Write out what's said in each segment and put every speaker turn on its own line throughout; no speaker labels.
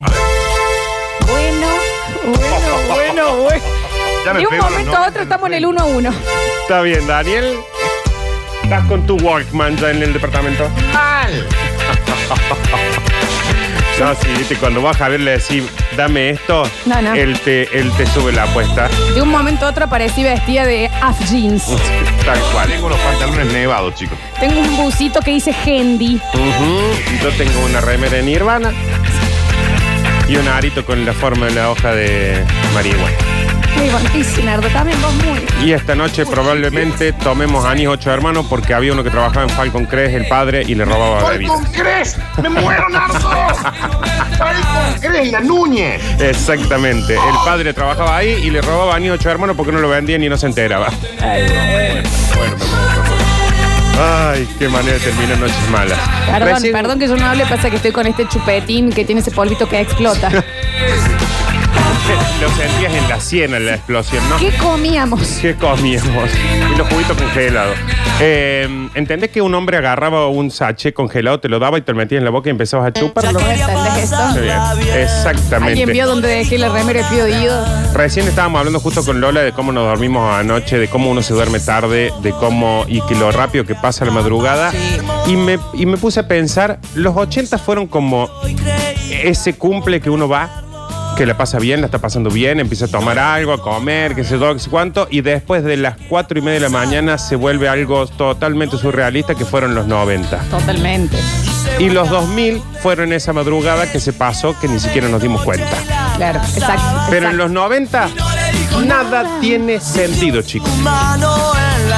Ya me
De un
pego los
momento a
nombres,
otro
ya me
estamos en el
pego.
1 a 1.
Está bien, Daniel. Estás con tu Walkman ya en el departamento.
Mal.
No, sí, viste, cuando vas a ver le decís, dame esto,
No, no.
Él, te, él te sube la apuesta.
De un momento a otro aparecí vestida de half jeans.
Tal cual.
Tengo los pantalones nevados, chicos.
Tengo un busito que dice Hendy.
Ujú. Yo tengo una remera en Nirvana y un arito con la forma de la hoja de marihuana.
Qué bueno, y Sinardo, también vos muy.
Y esta noche probablemente tomemos anís ocho hermanos porque había uno que trabajaba en Falcon Crest, el padre, y le robaba bebidas.
¡Falcon Cres! ¡Me muero, Nardo! ¡Falcon Cres y la Núñez!
Exactamente. El padre trabajaba ahí y le robaba anís ocho hermanos porque no lo vendían y no se enteraba. Bueno, me muero, me muero. Ay, qué manera de terminar noches malas.
Perdón,
Recién-
perdón que yo no hable, pasa que estoy con este chupetín que tiene ese polvito que explota.
Lo sentías en la sien en la explosión, ¿no?
¿Qué comíamos?
¿Qué comíamos? Y los juguitos congelados. Eh, ¿Entendés que un hombre agarraba un sachet congelado, te lo daba y te lo metías en la boca y empezabas a chuparlo?
¿No entendés esto?
Muy bien.
¿Alguien vio
Exactamente.
dónde dejé la remera de Pío Dido?
Recién estábamos hablando justo con Lola de cómo nos dormimos anoche, de cómo uno se duerme tarde, de cómo y que lo rápido que pasa la madrugada. Y me, y me puse a pensar, los 80 fueron como ese cumple que uno va, que la pasa bien, la está pasando bien, empieza a tomar algo, a comer, qué sé yo, qué sé cuánto, y después de las 4 y media de la mañana se vuelve algo totalmente surrealista que fueron los 90.
Totalmente.
Y los 2000 fueron esa madrugada que se pasó que ni siquiera nos dimos cuenta.
Claro, exacto.
Pero en
exacto.
los 90 nada tiene sentido, chicos.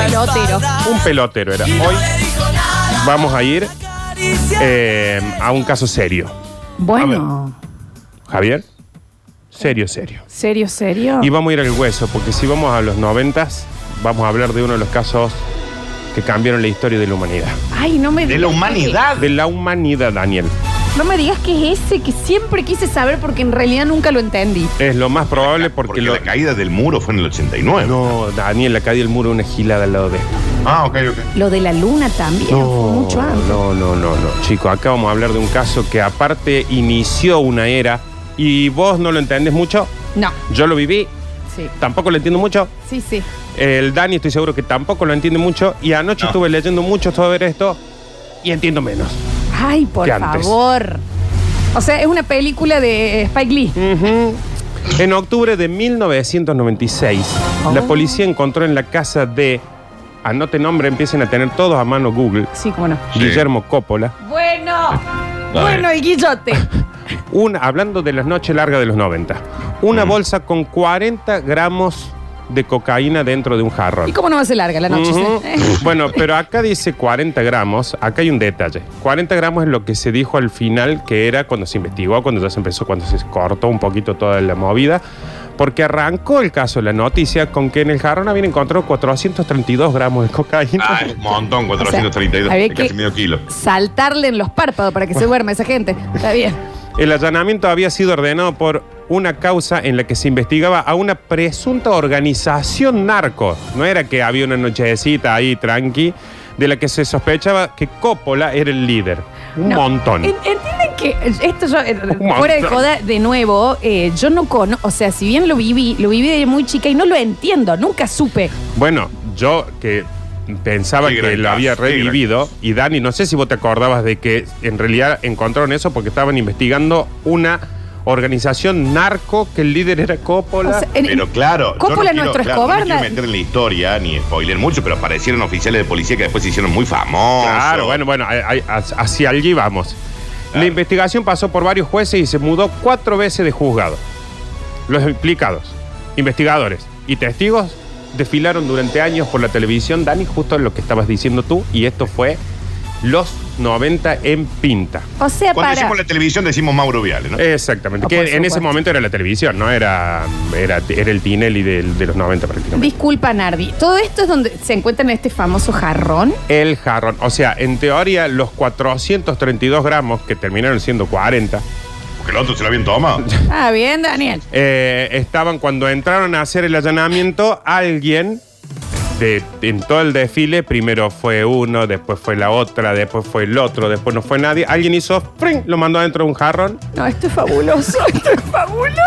Pelotero.
Un pelotero era. Hoy vamos a ir eh, a un caso serio.
Bueno,
Javier, serio, serio.
serio, serio.
Y vamos a ir al hueso, porque si vamos a los 90 vamos a hablar de uno de los casos que cambiaron la historia de la humanidad.
Ay, no me
De
digas.
la
que-
humanidad.
De la humanidad, Daniel.
No me digas que es ese que siempre quise saber porque en realidad nunca lo entendí.
Es lo más probable porque,
Porque
lo...
la caída del muro fue en el 89.
No, Daniel, la caída del muro una gilada al lado de esto.
Ah, ok, ok.
Lo de la luna también, fue mucho antes.
No, no, no, no. Chicos, acá vamos a hablar de un caso que aparte inició una era y vos no lo entendés mucho.
No,
Yo lo viví,
sí,
tampoco lo entiendo mucho.
sí, sí.
El Dani estoy seguro que tampoco lo entiende mucho. Y anoche
No.
estuve leyendo mucho sobre esto y entiendo menos.
Ay, por
Que antes.
favor. O sea, es una película de eh, Spike Lee.
Ujú. En octubre de 1996, la policía encontró en la casa de, anote nombre, empiecen a tener todos a mano Google,
Sí, cómo no.
Sí.
Guillermo Coppola,
Bueno,
Ah,
bueno, el guillote.
Un- hablando de las noches largas de los 90, una bolsa con 40 gramos de cocaína dentro de un jarrón.
¿Y cómo no va a ser larga la noche?
Ujú.
eh? Eh,
Bueno, pero acá dice 40 gramos, acá hay un detalle. 40 gramos es lo que se dijo al final, que era cuando se investigó, cuando ya se empezó, cuando se cortó un poquito toda la movida, porque arrancó el caso, la noticia, con que en el jarrón habían encontrado 432 gramos de cocaína.
Ah, es un montón, 432,
O sea, había
es casi
que-
medio kilo.
Saltarle en los párpados para que se duerma esa gente. Está bien.
El allanamiento había sido ordenado por una causa en la que se investigaba a una presunta organización narco. No era que había una nochecita ahí tranqui, de la que se sospechaba que Coppola era el líder. Un
No.
montón.
En- Entienden que esto yo, eh,
Un
fuera de
montón.
joda, de nuevo, eh, yo no conozco, o sea, si bien lo viví, lo viví de muy chica y no lo entiendo, nunca supe.
Bueno, yo que pensaba
Qué
que
gran
lo había
caso, qué gran
revivido, y Dani, no sé si vos te acordabas de que en realidad encontraron eso porque estaban investigando una organización narco que el líder era Coppola.
O sea, en-
Pero claro, yo
Coppola,
quiero-
nuestro
claro,
Escobar,
No quiero
la-
meter en la historia ni spoiler mucho, pero aparecieron oficiales de policía que después se hicieron muy famosos.
Claro, bueno, bueno, ahí- ahí- hacia allí vamos. La
Claro.
investigación pasó por varios jueces y se mudó cuatro veces de juzgado. Los implicados, investigadores y testigos desfilaron durante años por la televisión, Dani, justo lo que estabas diciendo tú, y esto fue los 90 en pinta.
o sea,
Cuando
para.
decimos la televisión decimos Mauro Viale, ¿no?
Exactamente,
Ah,
que
por
en ese
supuesto.
momento era la televisión, ¿no? Era, era, era el Tinelli del- de los 90 prácticamente.
Disculpa, Nardi. Todo esto es donde se encuentran este famoso jarrón.
El jarrón. O sea, en teoría, los 432 gramos, que terminaron siendo 40,
Porque el otro se lo habían tomado.
Ah, bien, Daniel.
eh, estaban cuando entraron a hacer el allanamiento, alguien de, en todo el desfile, primero fue uno, después fue la otra, después fue el otro, después no fue nadie, alguien hizo, ¡pring! lo mandó adentro de un jarrón
No, esto es fabuloso. esto es fabuloso.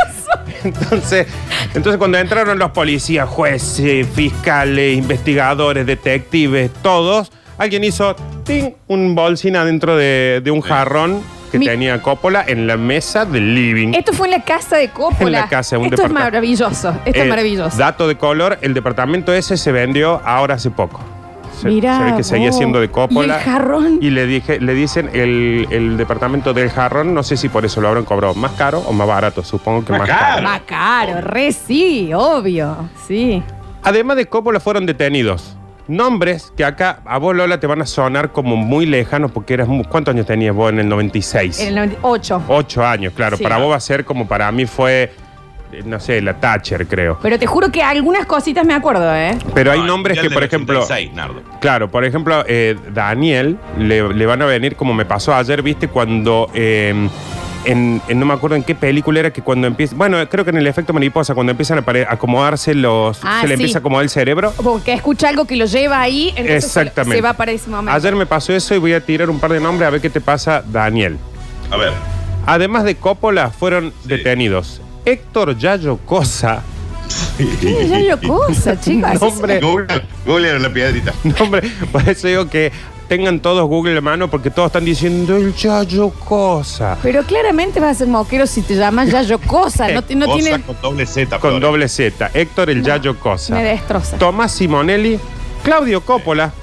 Entonces, entonces cuando entraron los policías, jueces, fiscales, investigadores, detectives, todos, alguien hizo ting, un bolsín adentro de, de un jarrón que
Mi-
tenía Coppola en la mesa del living.
Esto fue en la casa de Coppola.
En la casa, un
Esto
departamento.
es maravilloso. Esto es
Eh,
maravilloso.
Dato de color, el departamento ese se vendió ahora hace poco. Se,
Mirá
se ve que seguía
vos.
siendo de Coppola.
¿Y el jarrón?
Y le, dije, le dicen el, el departamento del jarrón, no sé si por eso lo habrán cobrado más caro o más barato, supongo que
Más
más, caro.
caro.
Más caro, Ah, re sí, obvio. Sí.
Además de Coppola fueron detenidos. Nombres que acá a vos Lola te van a sonar como muy lejanos porque eras muy- ¿Cuántos años tenías vos en el 96?
En el 98.
Ocho años, claro.
Sí.
Para vos va a ser como para mí fue, eh, no sé, la Thatcher, creo.
Pero te juro que algunas cositas me acuerdo, ¿eh?
Pero hay
No, el
nombres
Mundial
que,
del
por ejemplo...
86, Nardo.
Claro, por ejemplo, eh, Daniel le, le van a venir como me pasó ayer, viste, cuando eh, en, en- no me acuerdo en qué película era que cuando empieza, bueno, creo que en el efecto mariposa, cuando empiezan a pare- acomodarse los,
Ah,
se le
sí.
empieza a acomodar el cerebro.
Porque escucha algo que lo lleva ahí, entonces
Exactamente.
se va para ese momento.
Ayer me pasó eso y voy a tirar un par de nombres a ver qué te pasa, Daniel.
A ver.
Además de Coppola, fueron detenidos Héctor Yayo Cosa,
Sí, ya lo cosa, chicas.
nombre,
Google, Google era la piedrita.
nombre, por eso digo que tengan todos Google en la mano porque todos están diciendo el Yayo Cosa.
Pero claramente vas a ser moquero si te llamas Yayo Cosa. No, ti- no
Cosa
tiene.
con doble Z.
Con
Flores.
doble Z. Héctor el Yayo Cosa.
Ah, Me destroza.
Tomás Simonelli. Claudio Coppola.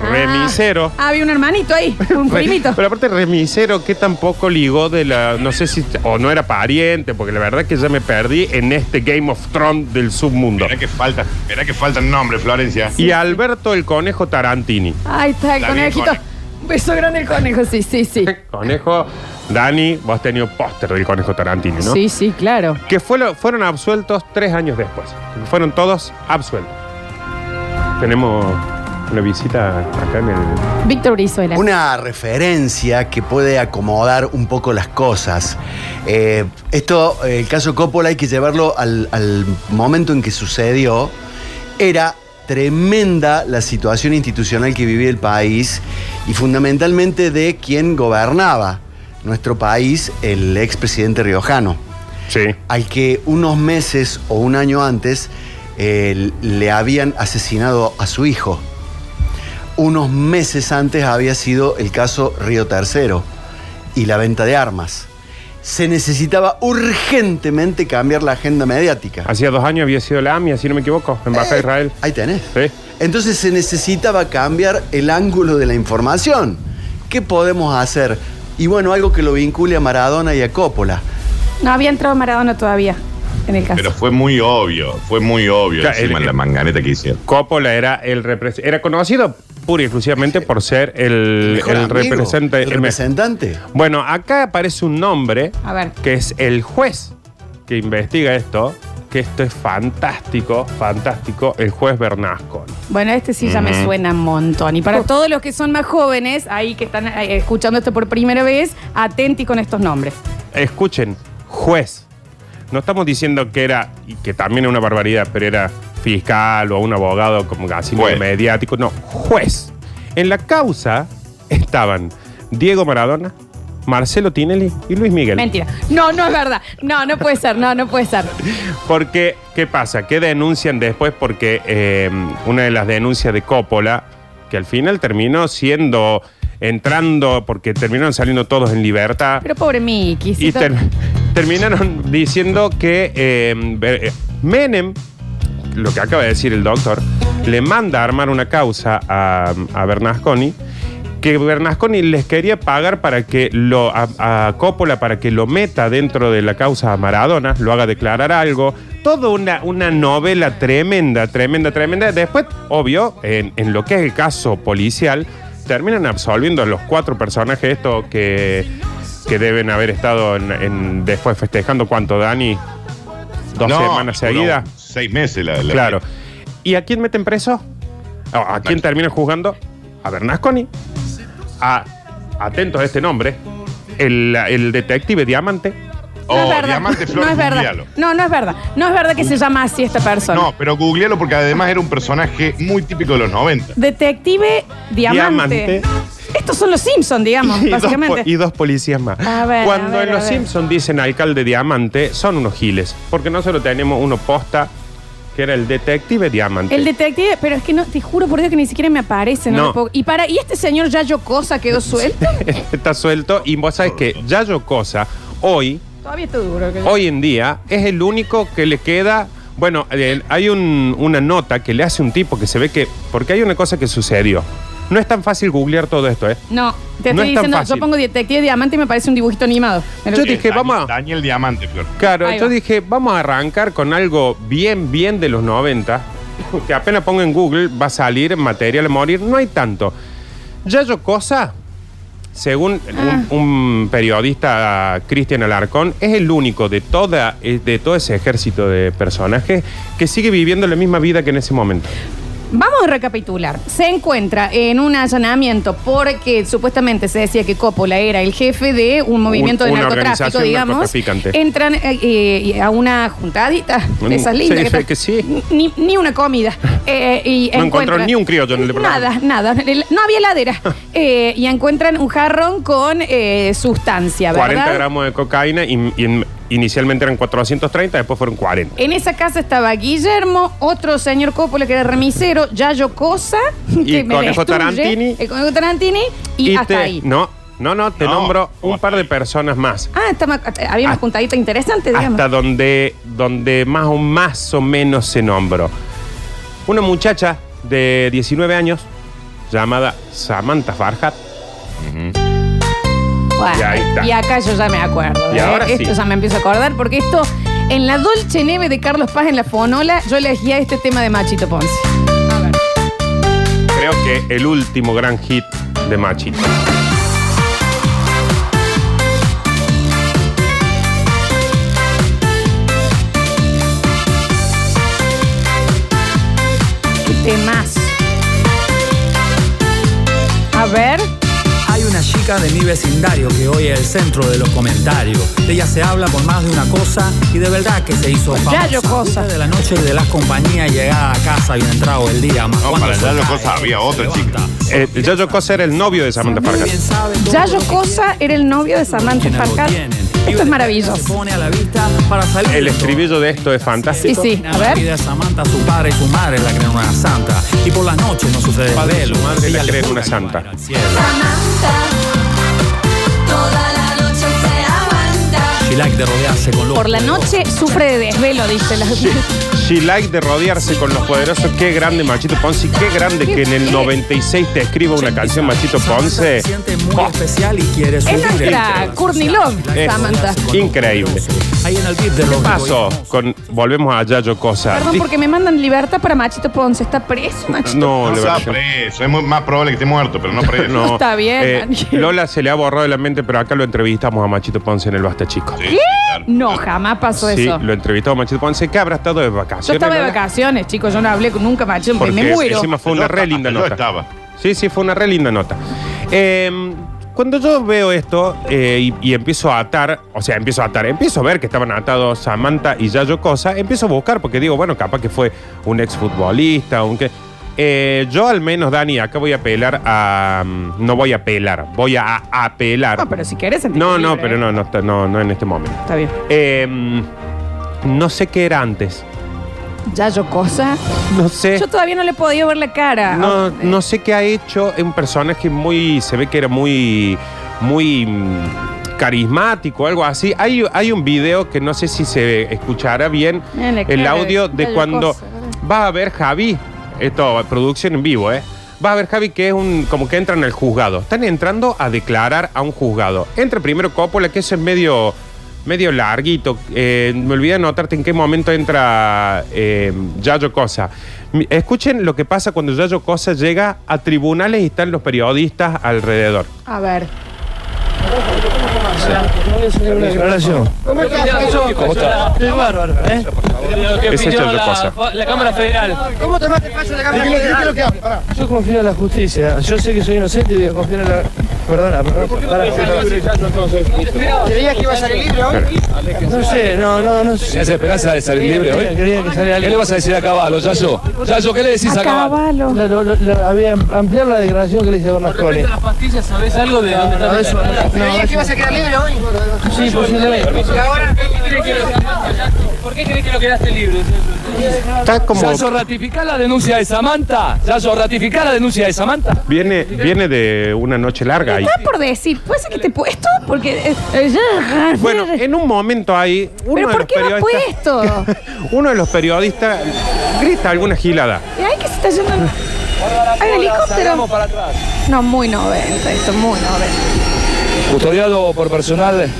Ah.
Remisero.
Ah, había un hermanito ahí, un primito.
Pero aparte, remisero que tampoco ligó de la. No sé si. O no era pariente, porque la verdad que ya me perdí en este Game of Thrones del submundo.
Mirá que falta, mirá que faltan nombres, Florencia.
Y Alberto el Conejo Tarantini.
Ahí está el
Está bien,
conejito.
conejo.
Un beso grande el conejo, sí, sí, sí.
Conejo. Dani, vos has tenido póster del Conejo Tarantini, ¿no?
Sí, sí, claro.
Que fue lo- fueron absueltos tres años después. Fueron todos absueltos. Tenemos una visita acá en el.
Víctor Brizuela.
Una referencia que puede acomodar un poco las cosas. Eh, esto, eh, el caso Coppola, hay que llevarlo al, al momento en que sucedió. Era tremenda la situación institucional que vivía el país y fundamentalmente de quien gobernaba nuestro país, el expresidente riojano
Sí.
al que unos meses o un año antes eh, le habían asesinado a su hijo. Unos meses antes había sido el caso Río Tercero y la venta de armas. Se necesitaba urgentemente cambiar la agenda mediática.
Hacía dos años había sido la AMIA, si no me equivoco, en Baja
Eh,
Israel.
Ahí tenés.
Sí.
Entonces se necesitaba cambiar el ángulo de la información. ¿Qué podemos hacer? Y bueno, algo que lo vincule a Maradona y a Coppola.
No había entrado Maradona todavía en el caso.
Pero fue muy obvio, fue muy obvio
Claro,
encima
el-
la manganeta que hicieron.
Coppola era el repres- era conocido pura y exclusivamente por ser el,
Mejor
el
amigo,
representante.
el representante.
Bueno, acá aparece un nombre
A ver.
que es el juez que investiga esto, que esto es fantástico, fantástico, el juez Bernasco.
Bueno, este sí ya me suena un montón. Y
Oh.
para todos los que son más jóvenes, ahí que están eh, escuchando esto por primera vez, atenti con estos nombres.
Escuchen, juez. No estamos diciendo que era, y que también es una barbaridad, pero era fiscal o un abogado como así medio
Juez.
mediático. No, juez. En la causa estaban Diego Maradona, Marcelo Tinelli y Luis Miguel.
Mentira. No, no es verdad. No, no puede ser. No, no puede ser.
Porque, ¿qué pasa? ¿Qué denuncian después? Porque eh, una de las denuncias de Coppola, que al final terminó siendo, entrando, porque terminaron saliendo todos en libertad.
Pero pobre Miki. si
Y
to-
ter- terminaron diciendo que eh, Ber- eh, Menem, lo que acaba de decir el doctor, le manda a armar una causa a, a Bernasconi, que Bernasconi les quería pagar para que lo, a, a Coppola para que lo meta dentro de la causa a Maradona, lo haga declarar algo. Toda una, una novela tremenda, tremenda, tremenda. Después, obvio, en, en lo que es el caso policial, terminan absolviendo a los cuatro personajes estos que, que deben haber estado en, en- después festejando cuánto, Dani. Dos
No,
semanas
uno-
seguidas.
Seis meses la. la-
Claro. ¿Y a quién meten preso? ¿A, a quién
Exacto.
termina juzgando? A Bernasconi. A, atentos a este nombre, el, el detective Diamante.
Oh,
no es verdad.
Diamante Flores,
no es verdad.
googlealo.
No, no es verdad. No es verdad que se llama así esta persona.
No, pero googlealo porque además era un personaje muy típico de los 90.
Detective Diamante. Estos son los Simpsons, digamos,
Y dos, po-
básicamente.
y dos policías más.
A ver,
Cuando
a ver,
en Los
a ver.
Simpsons dicen alcalde diamante, son unos giles. Porque nosotros tenemos uno posta que era el detective diamante.
El detective, pero es que no, te juro por Dios que ni siquiera me aparece, no,
No.
lo puedo- Y para, y este señor Yayo Cosa quedó suelto.
Está suelto. Y vos sabés que Yayo Cosa, hoy,
Todavía está duro. que-
hoy en día, es el único que le queda. Bueno, eh, hay un- una nota que le hace un tipo que se ve que. Porque hay una cosa que sucedió. No es tan fácil googlear todo esto, ¿eh?
No, te
No
estoy
es tan
diciendo, yo
fácil.
pongo detective diamante y me parece un dibujito animado. Pero-
Yo dije,
Daniel-
vamos a-
Daniel Diamante, Flor.
Claro,
Ahí
yo
va.
dije, vamos a arrancar con algo bien, bien de los 90, que apenas pongo en Google va a salir material a morir, no hay tanto. Yayo Cosa, según
Ah.
un, un periodista, Cristian Alarcón, es el único de, toda, eh, de todo ese ejército de personajes que sigue viviendo la misma vida que en ese momento.
Vamos a recapitular. Se encuentra en un allanamiento porque supuestamente se decía que Coppola era el jefe de un movimiento
Un-
de
una
narcotráfico,
organización
digamos.
narcotraficante.
Entran eh, eh, a una juntadita de esas
Mm,
lindas.
sí,
están-
que sí.
Ni, ni una comida. Eh, y
No encontró
encuentran-
ni un criollo en el departamento.
Nada, nada. El- No había heladera. Eh, y encuentran un jarrón con eh, sustancia, ¿verdad?
40 gramos de cocaína, y- y inicialmente eran 430, después fueron 40.
En esa casa estaba Guillermo, otro señor Coppola que era remisero, Yayo Cosa,
Y
que me
Conejo
destruye,
Tarantini.
el Conejo Tarantini, y, hasta
te-
ahí.
No, no, no, te
No,
nombro
¿cómo
un par de personas más.
Ah, está ma- había una
Hasta-
juntadita interesante, digamos.
Hasta donde, donde más o más o menos se nombró. Una muchacha de 19 años llamada Samantha Farhat.
Bueno,
y ahí está.
y acá yo ya me acuerdo.
Y
¿eh?
ahora sí.
esto ya me empiezo a acordar, porque esto, en la Dolce Neve de Carlos Paz en la Fonola, yo elegía este tema de Machito Ponce. A ver.
Creo que el último gran hit de Machito.
Qué temazo. A ver.
Hay una chica de mi vecindario que hoy es el centro de los comentarios. De ella se habla por más de una cosa y de verdad que se hizo famosa.
Yayo Cosa.
Una de la noche y de las compañías llegada a casa y entrado el día. Más
No,
cuando
para
se
Yayo
cae,
Cosa había
se
otra
levanta.
Eh, Yayo Cosa era el novio de Samantha Farhat.
Bien sabe todo
Yayo
lo que
Cosa
quiere,
era el novio de Samantha
quienes lo
Farhat.
tienen.
Esto
Y una
es
se
maravilloso.
pone a la vista para salir
El
de todo.
estribillo de esto es fantástico.
Sí, sí, a ver.
La vida de Samantha, su padre y su madre la creen una santa. Y por las noches no sucede
Padre y su
velo.
madre la
Ella le
creen una
jura que va a ir
santa.
al cielo.
Samantha, toda la noche se aguanta.
She like de rodearse con los
Por la
poderosos.
noche sufre de desvelo, dice la
She like de rodearse con los poderosos. Qué grande Machito Ponce. Qué grande que en el 96 te escriba una canción Machito Ponce.
Se siente muy
Oh.
especial y quiere subir
nuestra
el interés.
Courtney Love,
Es
Samantha.
increíble.
Ahí en el beat de
¿Qué
Rodrigo
pasó
Llanos.
con. Volvemos a Yayo Cosa.
Perdón,
Di-
porque me mandan libertad para Machito Ponce. ¿Está preso, Machito?
No,
No
la
está
verdad que
preso. Es muy- más probable que esté muerto, pero no preso.
no.
Está bien,
Eh,
Daniel.
Lola se le ha borrado de la mente, pero acá lo entrevistamos a Machito Ponce en el Basta Chico.
Sí, claro.
No, jamás pasó
Sí,
eso.
lo entrevistamos a Machito Ponce, que habrá estado de vacaciones.
Yo estaba de
Lola?
vacaciones, chicos. Yo no hablé con- nunca con Machito Ponce.
Porque
Me muero.
encima fue una
Yo
re linda
estaba, yo
nota.
estaba.
Sí, sí, fue una re linda nota. Eh, cuando yo veo esto eh, y, y empiezo a atar, o sea, empiezo a atar, empiezo a ver que estaban atados Samantha y Yayo Cosa, empiezo a buscar porque digo, bueno, capaz que fue un exfutbolista, un que. Eh, yo al menos, Dani, acá voy a apelar a... mm, No voy a apelar, voy a, a- apelar.
No, pero si querés sentirte
No, no,
libre,
pero
¿eh?
no, no, está- no, no en este momento.
Está bien.
Eh, mm, no sé qué era antes.
Yayo Cosa.
No sé.
Yo todavía no le he podido ver la cara.
No,
Ah,
no sé qué ha hecho. Es un personaje muy. Se ve que era muy. Muy. mm, Carismático, algo así. Hay, hay un video que no sé si se escuchará bien
Mira la
el
cara
audio
de
de
Cayo
cuando
Cosa, ¿verdad?
va a ver Javi. Esto, producción en vivo, ¿eh? Va a ver Javi que es un. Como que entran al juzgado. Están entrando a declarar a un juzgado. Entra primero Coppola, que eso es medio. Medio larguito. Eh, me olvidé de anotarte en qué momento entra eh, Yayo Cosa. Mi- Escuchen lo que pasa cuando Yayo Cosa llega a tribunales y están los periodistas alrededor.
A ver.
¿Cómo estás?
¿Cómo está? Es bárbaro, ¿eh?
Ese es el reposo.
La Cámara Federal.
¿Cómo tomaste paso de la cámara? ¿Qué es lo que hace? Pará.
Yo confío en la justicia. Yo sé que soy inocente y voy a confiar en la... Perdona, perdona.
¿Creías que iba a salir libre hoy?
No sé, no, no, no sé.
¿Tienes esperanza de salir libre hoy?
Quería que saliera
¿Qué le
libre.
vas a decir a Caballo, Yayo? Yayo, ¿qué le decís a Caballo?
Acábalo.
La- lo- lo- lo- había ampliar la declaración que le hice a Bernasconi. las pastillas sabés algo de dónde está? Eso, no,
¿Creías que
eso,
ibas a quedar libre hoy?
sí, posiblemente.
¿Y ahora?
¿Por qué crees que lo quedaste libre?
Está como.
Yayo, ratificar la denuncia de Samantha. Yayo, ratificar la denuncia de Samantha.
Viene, viene de una noche larga. Y,
Está por decir, puede ser que te puesto porque. eh, ya-
bueno, en un momento ahí, uno
Pero
de
¿por
los
qué va
periodistas.
puesto?
Uno de los periodistas grita alguna gilada.
Y ahí que se está yendo. el- Hay un helicóptero.
para atrás.
No, muy 90, esto, muy 90.
Custodiado por personal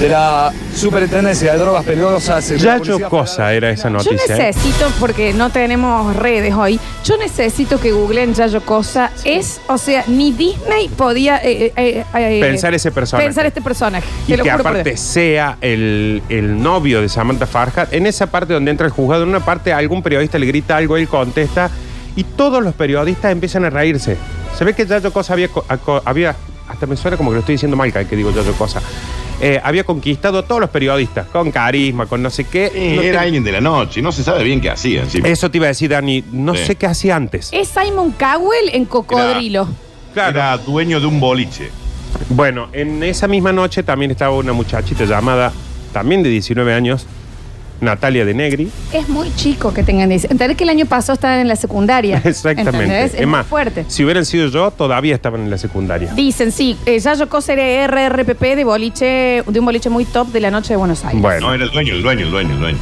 de la Superintendencia de Drogas Peligrosas.
Yayo Cosa era esa
Yo
noticia. ¿eh?
necesito, porque no tenemos redes hoy, yo necesito que googleen Yayo Cosa. Es, o sea, ni Disney podía eh, eh, eh, eh,
Pensar ese personaje.
Pensar este personaje. Te
Y
lo
que
juro por
aparte
Dios.
sea el, el novio de Samantha Farhat, en esa parte donde entra el juzgado, en una parte algún periodista le grita algo, él contesta, y todos los periodistas empiezan a reírse. Se ve que Yayo Cosa había, co- aco- había hasta me suena como que lo estoy diciendo mal cada que digo Yayo Cosa, Eh, había conquistado a todos los periodistas, con carisma, con no sé qué.
Sí,
No
Eh, era
te-
alguien de la noche, no se sabe bien qué hacía. sí.
Eso te iba a decir, Dani, no
Sí.
sé qué hacía antes.
Es Simon Cowell en Cocodrilo.
Era dueño de un boliche.
Bueno, en esa misma noche también estaba una muchachita llamada, también de 19 años, Natalia de Negri.
Es muy chico que tengan 10. Entendés que el año pasado estaban en la secundaria.
Exactamente.
¿Entendés? Es, más fuerte.
si hubieran sido yo, todavía estaban en la secundaria.
Dicen, sí, eh, Yayo Cosa era RRPP de boliche, de un boliche muy top de la noche de Buenos Aires.
Bueno,
No, era el dueño, el dueño, el dueño, el dueño.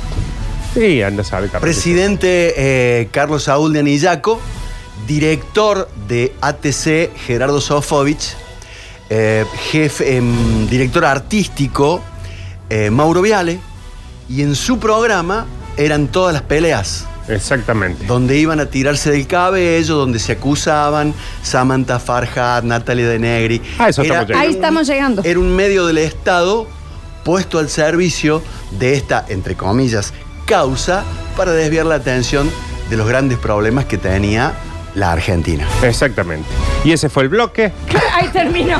sí, anda a saber, capaz.
Presidente eh, Carlos Saúl de Anillaco, director de ATC Gerardo Sofovich, eh, jefe, em, director artístico eh, Mauro Viale, y en su programa eran todas las peleas,
Exactamente.
donde iban a tirarse del cabello, donde se acusaban Samantha Farhat, Natalia De Negri.
Ah, eso estamos llegando.
Ahí estamos llegando.
Era un medio del Estado puesto al servicio de esta, entre comillas, causa para desviar la atención de los grandes problemas que tenía la Argentina.
Exactamente. Y ese fue el bloque.
Ahí terminó.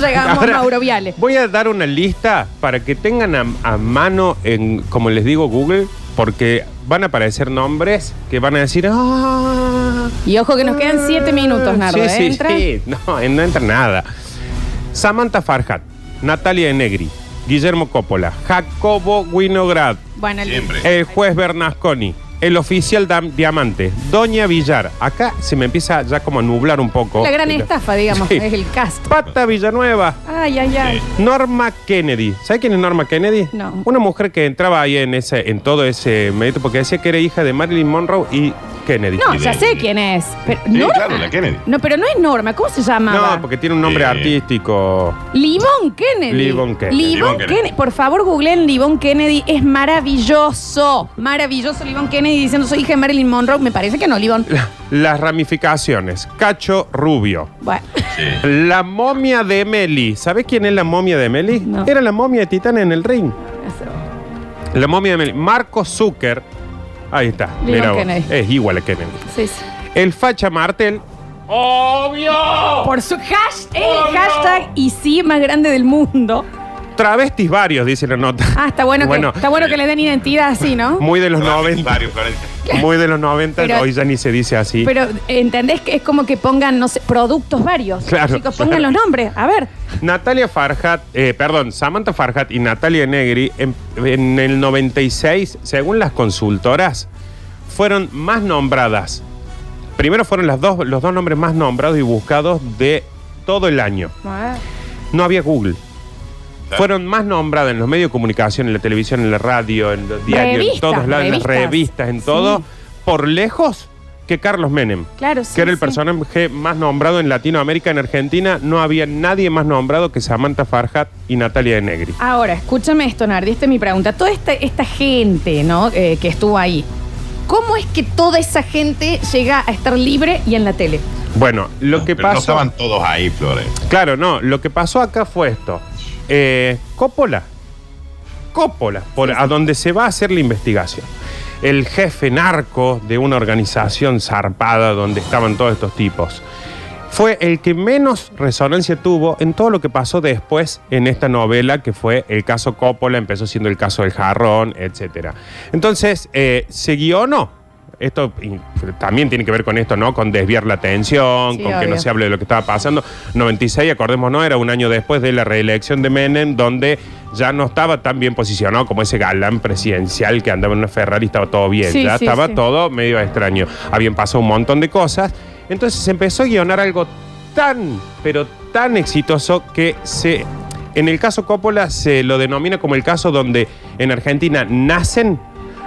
Llegamos
Ahora,
a Mauro Viale.
Voy a dar una lista para que tengan a, a mano, en, como les digo, Google, porque van a aparecer nombres que van a decir. "Ah,
Y ojo que nos quedan siete minutos, Nardo.
Sí,
¿eh?
sí,
¿Entra?
sí. No, eh, no entra nada. Samantha Farhat, Natalia de Negri, Guillermo Coppola, Jacobo Winograd,
Bueno, el-
Siempre.
el juez Bernasconi, el oficial Dam- Diamante, Doña Villar. Acá se me empieza ya como a nublar un poco.
la gran estafa, digamos,
Sí.
es el cast.
Pata Villanueva.
Ay, ay, ay.
Norma Kennedy. ¿Sabe quién es Norma Kennedy?
No.
Una mujer que entraba ahí en ese, en todo ese mérito, porque decía que era hija de Marilyn Monroe y Kennedy.
No,
Y
ya
de-
sé quién es. Pero,
Sí,
Norma.
claro, la Kennedy.
No, pero no es Norma. ¿Cómo se llama?
No, porque tiene un nombre
Eh.
artístico.
Livon Kennedy.
Livon Kennedy.
Livon
Livon Kennedy.
Kennedy. Por favor, googleen Livon Kennedy. Es maravilloso. Maravilloso Livon Kennedy diciendo soy hija de Marilyn Monroe. Me parece que no, Livon.
Las ramificaciones. Cacho Rubio.
Bueno,
La momia de Meli. ¿Sabés quién es la momia de Meli?
No.
Era la momia de Titán en el ring. La momia de Meli. Marco Zucker. Ahí está.
Leon
Mira vos.
Kennedy.
Es igual a Kennedy.
sí, sí.
El facha Martel.
Por su hashtag,
Oh,
el hashtag y sí más grande del mundo.
Travestis varios, dice la nota.
Ah, está bueno,
Bueno.
que, está bueno que le den identidad así, ¿no?
Muy de los 90.
Varios, Florencia.
Muy de los 90.
Pero-
hoy ya ni se dice así.
Pero entendés que es como que pongan, no sé, productos varios.
Claro,
Chicos, pongan
claro.
los nombres. A ver.
Natalia Farhat, eh, perdón, Samantha Farhat y Natalia Negri en, en el 96, según las consultoras, fueron más nombradas. Primero fueron las dos, los dos nombres más nombrados y buscados de todo el año. No había Google. Fueron más nombradas en los medios de comunicación, en la televisión, en la radio, en los diarios, en
Revistas,
todos lados, en las
revistas.
revistas, en
Sí.
todo, por lejos que Carlos Menem.
Claro, sí.
que era el
sí.
personaje más nombrado en Latinoamérica, en Argentina, no había nadie más nombrado que Samantha Farhat y Natalia de Negri.
Ahora, escúchame esto, Nardi, esta es mi pregunta. Toda esta, esta gente, ¿no? Eh, que estuvo ahí, ¿cómo es que toda esa gente llega a estar libre y en la tele?
Bueno, lo que
Pero no
pasó.
estaban todos ahí, Flores.
Claro, no, lo que pasó acá fue esto. eh, Coppola. Coppola, por, a donde se va a hacer la investigación. El jefe narco de una organización zarpada donde estaban todos estos tipos. Fue el que menos resonancia tuvo en todo lo que pasó después en esta novela, que fue el caso Coppola, empezó siendo el caso del jarrón, etc. Entonces, eh, se guionó. Esto y, también tiene que ver con esto, ¿no? Con desviar la atención,
Sí,
con que no
obvio.
se hable de lo que estaba pasando. 96, acordémonos, era un año después de la reelección de Menem, donde ya no estaba tan bien posicionado como ese galán presidencial que andaba en una Ferrari y estaba todo bien.
Sí,
ya
sí,
estaba
sí.
todo medio extraño. Habían pasado un montón de cosas. Entonces se empezó a guionar algo tan, pero tan exitoso que se. En el caso Coppola se lo denomina como el caso donde en Argentina nacen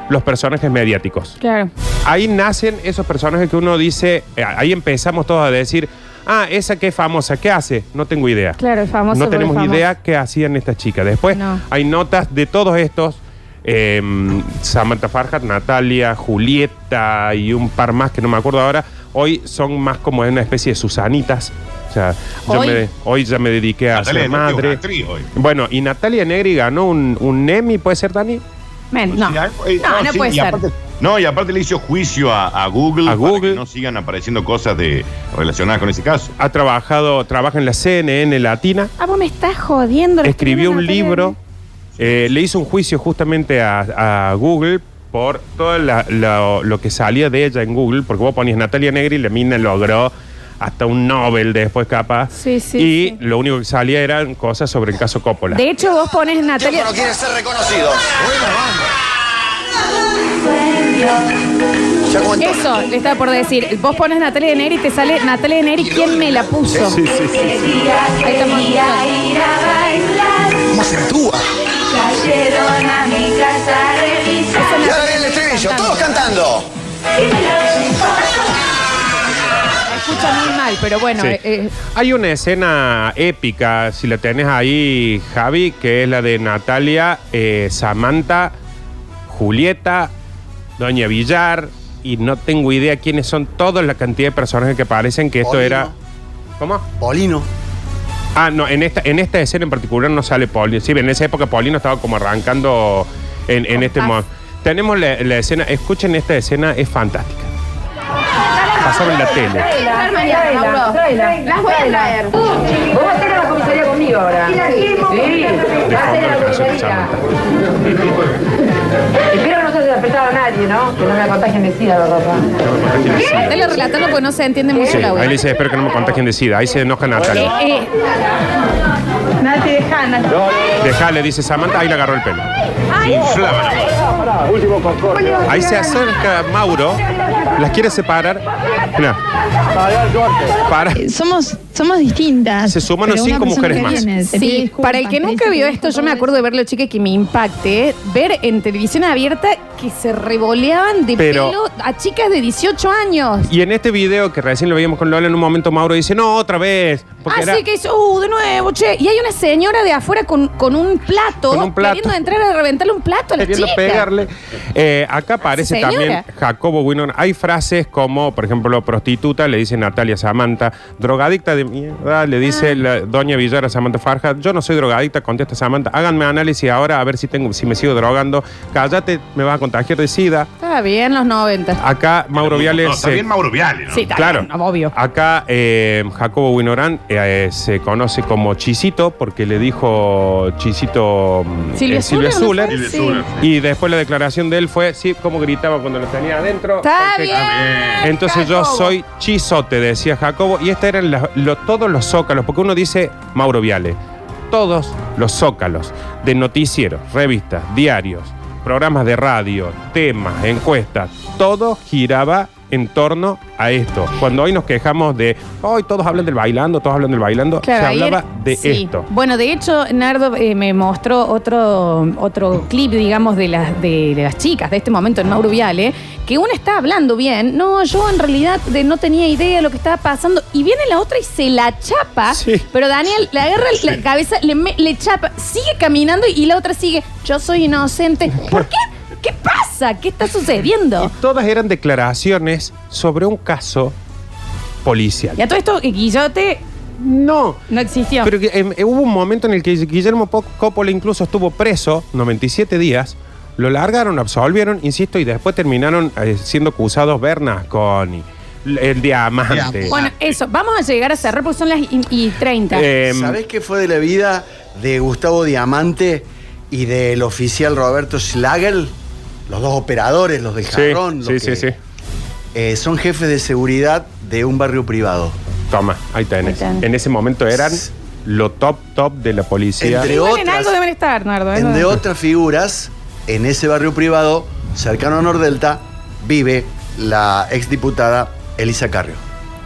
los personajes mediáticos
Claro.
ahí nacen esos personajes que uno dice, eh, ahí empezamos todos a decir, ah, esa que es famosa, ¿qué hace? No tengo idea.
Claro, el famoso
No
por el
tenemos
famoso.
idea qué hacían estas chicas. Después
No.
hay notas de todos estos. eh, Samantha Farhat, Natalia, Julieta y un par más que no me acuerdo ahora. Hoy son más como una especie de Susanitas. O sea, yo
Hoy.
me- hoy ya me dediqué a
Natalia
ser
Negri es una
madre.
actriz hoy.
Bueno, y Natalia Negri ganó un, un Emmy, ¿puede ser, Dani?
Men, no.
Sí,
No,
hay- eh,
no,
sí,
puede
y
ser.
aparte- no, y aparte le hizo juicio a, a Google
A
para
Google.
que no sigan apareciendo cosas de, relacionadas con ese caso.
Ha trabajado, trabaja en la CNN Latina.
Ah, vos me estás jodiendo.
escribió un
Natalia
libro,
Neri.
eh, le hizo un juicio justamente a, a Google por todo la- lo, lo que salía de ella en Google, porque vos ponías Natalia Negri y la mina logró hasta un Nobel después capaz.
Sí, sí,
y
sí.
lo único que salía eran cosas sobre el caso Coppola.
De hecho, vos pones Natalia.
quiere ser reconocido.
Eso, le estaba por decir. Vos pones Natalia de Neri y te sale Natalia de Neri. ¿Quién me la puso?
Sí, sí, sí.
Ahí estamos.
¿Cómo se actúa?
Cayeron a mi casa a revisar.
Ya viene el estribillo, todos cantando.
Me escucha muy mal, pero bueno.
Sí.
eh, eh,
Hay una escena épica, si la tenés ahí, Javi, que es la de Natalia, eh, Samantha, Julieta, Doña Villar, y no tengo idea quiénes son todos la cantidad de personajes que aparecen, que esto
Polino.
era... ¿Cómo?
Polino.
Ah, no, en esta, en esta escena en particular no sale Paulino. Sí, en esa época Paulino estaba como arrancando en, en este
Compás.
modo. Tenemos la, la escena, escuchen esta escena, es fantástica. Pasaron la tele.
Las voy a traer. Vos vas a ir a la comisaría conmigo ahora. Sí.
De fondo la canción de Samantha.
Espero que no se haya despertado a nadie, ¿no? Que no me contagien de sida, papá.
Dale relatando porque no se entiende mucho
Sí,
la
ahí le
audio.
dice, espero que no me contagien de SIDA. Ahí se enoja
Eh,
Natalia.
eh,
Nadie deja, Nati.
Dejale, dice Samantha, ahí le agarró el pelo.
Inflama.
Ahí se acerca Mauro, las quiere separar. Mirá, para.
Somos, somos distintas.
Se suman
pero
cinco
una persona
mujeres
que
más.
viene, te pide
Sí,
disculpas,
para el que
te
nunca
dice
vio
que
esto,
disculpas.
yo me acuerdo de verlo, chica, que me impacte. Ver en televisión abierta que se revoleaban de
Pero-
pelo a chicas de 18 años.
Y en este video que recién lo veíamos con Lola, en un momento Mauro dice, no, otra vez. Porque
Así
era-
que dice, uh, de nuevo, che. Y hay una señora de afuera con, con un plato,
Con un plato.
queriendo entrar a reventarle un plato a la
queriendo
chica.
pegarle. Eh, acá aparece
señora.
también Jacobo Winona. Hay frases como, por ejemplo, prostituta, le dice Natalia Samantha, drogadicta de mierda, le
Ah.
dice la doña Villara Samantha Farja, yo no soy drogadicta, contesta Samantha, háganme análisis ahora a ver si tengo, si me sigo drogando, cállate, me vas a contagiar de sida.
Está bien, los 90.
Acá Mauro Viales.
No, está
se-
bien Mauro Viale, ¿no?
Sí, está
Ah, Claro. Ah,
bien, obvio.
Acá eh, Jacobo Winorán eh, eh, se conoce como Chisito porque le dijo Chisito mm,
Silvia
eh, Silvia
Zuller,
Zuller.
¿no fue?
Silvia Zuller, sí.
Y después la declaración de él fue, sí, cómo gritaba cuando lo tenía adentro.
Está
Porque-
bien.
Entonces yo
Jacobo.
soy chisote, decía Jacobo, y estos eran las- lo- todos los zócalos, porque uno dice Mauro Viale, todos los zócalos de noticieros, revistas, diarios, programas de radio, temas, encuestas, todo giraba en torno a esto. Cuando hoy nos quejamos de, hoy todos hablan del bailando, todos hablan del bailando,
Claro,
se
ayer-
hablaba de
sí.
esto.
Bueno, de hecho, Nardo eh, me mostró otro, otro clip, digamos, de las, de, de las chicas de este momento en Mauro Viale, que una está hablando bien. No, yo en realidad de- no tenía idea de lo que estaba pasando. Y viene la otra y se la chapa.
Sí.
Pero Daniel le agarra la cabeza, le, me- le chapa, sigue caminando y la otra sigue. Yo soy inocente. ¿Por qué? ¿Qué pasa? ¿Qué está
Y
sucediendo?
todas eran declaraciones sobre un caso policial.
Y a todo esto, eh, Guillote
No.
No existió.
Pero que, em, hubo un momento en el que Guillermo Po- Coppola incluso estuvo preso 97 días. Lo largaron, absolvieron, insisto, y después terminaron eh, siendo acusados Bernasconi, el diamante.
bueno, eso, vamos a llegar a cerrar porque son las y, y 30.
Em,
¿Sabés qué fue de la vida de Gustavo Diamante y del oficial Roberto Schlagel? Los dos operadores, los del
sí,
jarrón.
sí,
los
sí,
que,
sí.
eh, son jefes de seguridad de un barrio privado.
Toma, ahí tenés.
Ahí tenés.
En ese momento eran lo top top de la policía.
Entre
Igual en
otras-
algo deben estar, Nardo. ¿eh?
En
No-
de otras figuras, en ese barrio privado, cercano a Nordelta, vive la exdiputada Elisa Carrio.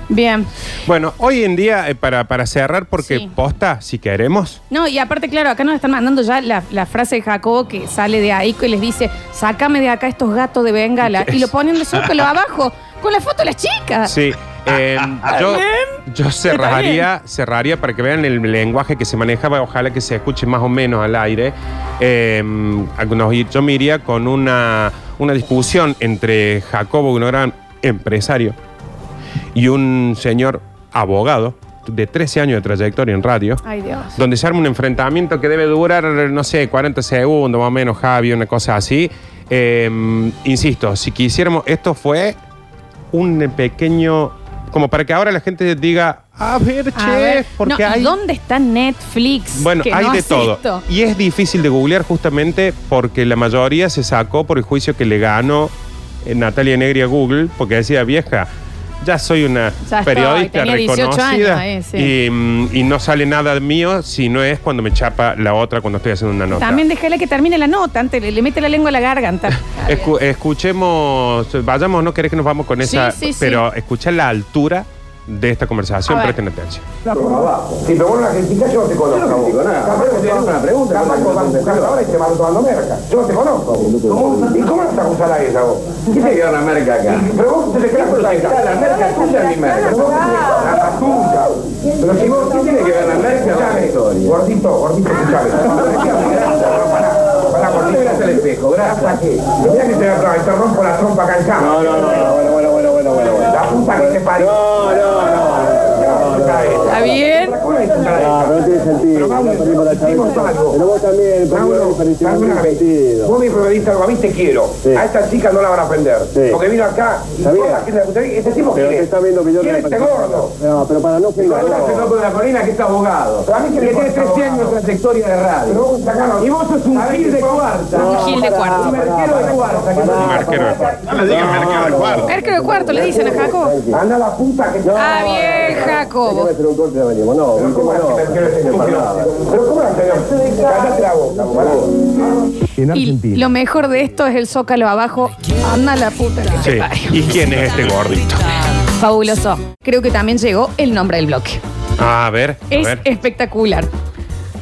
Bien.
Bueno, hoy en día, eh, para, para cerrar, porque
Sí.
posta, si queremos,
No, y aparte, claro, acá nos están mandando ya la, la frase de Jacobo que sale de ahí que les dice, sácame de acá estos gatos de bengala. Y lo ponen de zócalo abajo con la foto de las chicas.
Sí. eh, yo, yo cerraría,
bien.
cerraría para que vean el lenguaje que se manejaba, ojalá que se escuche más o menos al aire. Eh, nos- yo me iría con una, una discusión entre Jacobo, un gran empresario, y un señor abogado de 13 años de trayectoria en radio,
Ay, Dios.
donde se arma un enfrentamiento que debe durar, no sé, 40 segundos más o menos, Javi, una cosa así. Eh, insisto, si quisiéramos, esto fue un pequeño. Como para que ahora la gente diga, a ver,
A
che,
ver,
porque
no, ¿y
hay.
¿Dónde está Netflix?
Bueno,
que
hay
no
de
hace
todo.
esto?
Y es difícil de googlear justamente porque la mayoría se sacó por el juicio que le ganó eh, Natalia Negri a Google, porque decía, vieja, ya soy una
Ya estoy,
periodista
tenía 18
reconocida
años, eh,
y, mm, y no sale nada mío si no es cuando me chapa la otra cuando estoy haciendo una nota.
También déjale que termine la nota, antes le, le mete la lengua a la garganta.
Escu- escuchemos, vayamos, no querés que nos vamos con
Sí,
esa,
sí, sí.
pero escucha la altura de esta conversación,
A ver.
presten atención.
Si pero vos no la criticás, yo no te conozco. Yo no critico nada. Capaz que te hago una pregunta. Capaz que vos vas a buscar ahora y te vas tomando merca. Yo no te conozco. ¿Cómo- ¿Y cómo la vas a acusar a ella vos? ¿Quién te dio la merca acá? Pero vos te querés acusar a ella. La merca tuya es mi merca. La patuca. Pero si vos, ¿qué tiene que ver la merca con la historia? Gordito, gordito, escuchame. Para gordito. Mira el espejo, gracias. Mirá que te voy a te rompo la trompa acá en No, no, no. Bueno, bueno, bueno, bueno, bueno. La puta que te parió. No, no, no.
¿Está bien?
No, no tiene sentido. Pero vos también, Vos me prometiste algo, a mí te quiero. A esta chica no la van a ofender. Porque vino acá y toda la gente la escucha, Este tipo quiere. Pero está viendo que yo este gordo. No, pero para no firmar. con la colina que está abogado. A mí que le tiene 13 años de trayectoria de radio. Y vos sos un gil de cuarta.
Un gil de cuarta.
Un merquero de cuarta. que no-
Marquero de Juan.
No le digan mercado
Ah,
al cuarto.
Mercurio cuarto le dicen a Jacobo.
Anda la puta que
Ah, bien, Jacobo.
Pero ¿cómo la Pero ¿cómo la Cállate la boca, vos.
Y lo mejor de esto es el zócalo abajo. Anda la puta que te
Sí.
parió.
¿Y quién es este gordito?
Fabuloso. Creo que también llegó el nombre del bloque.
A ver, a
Es
ver.
espectacular.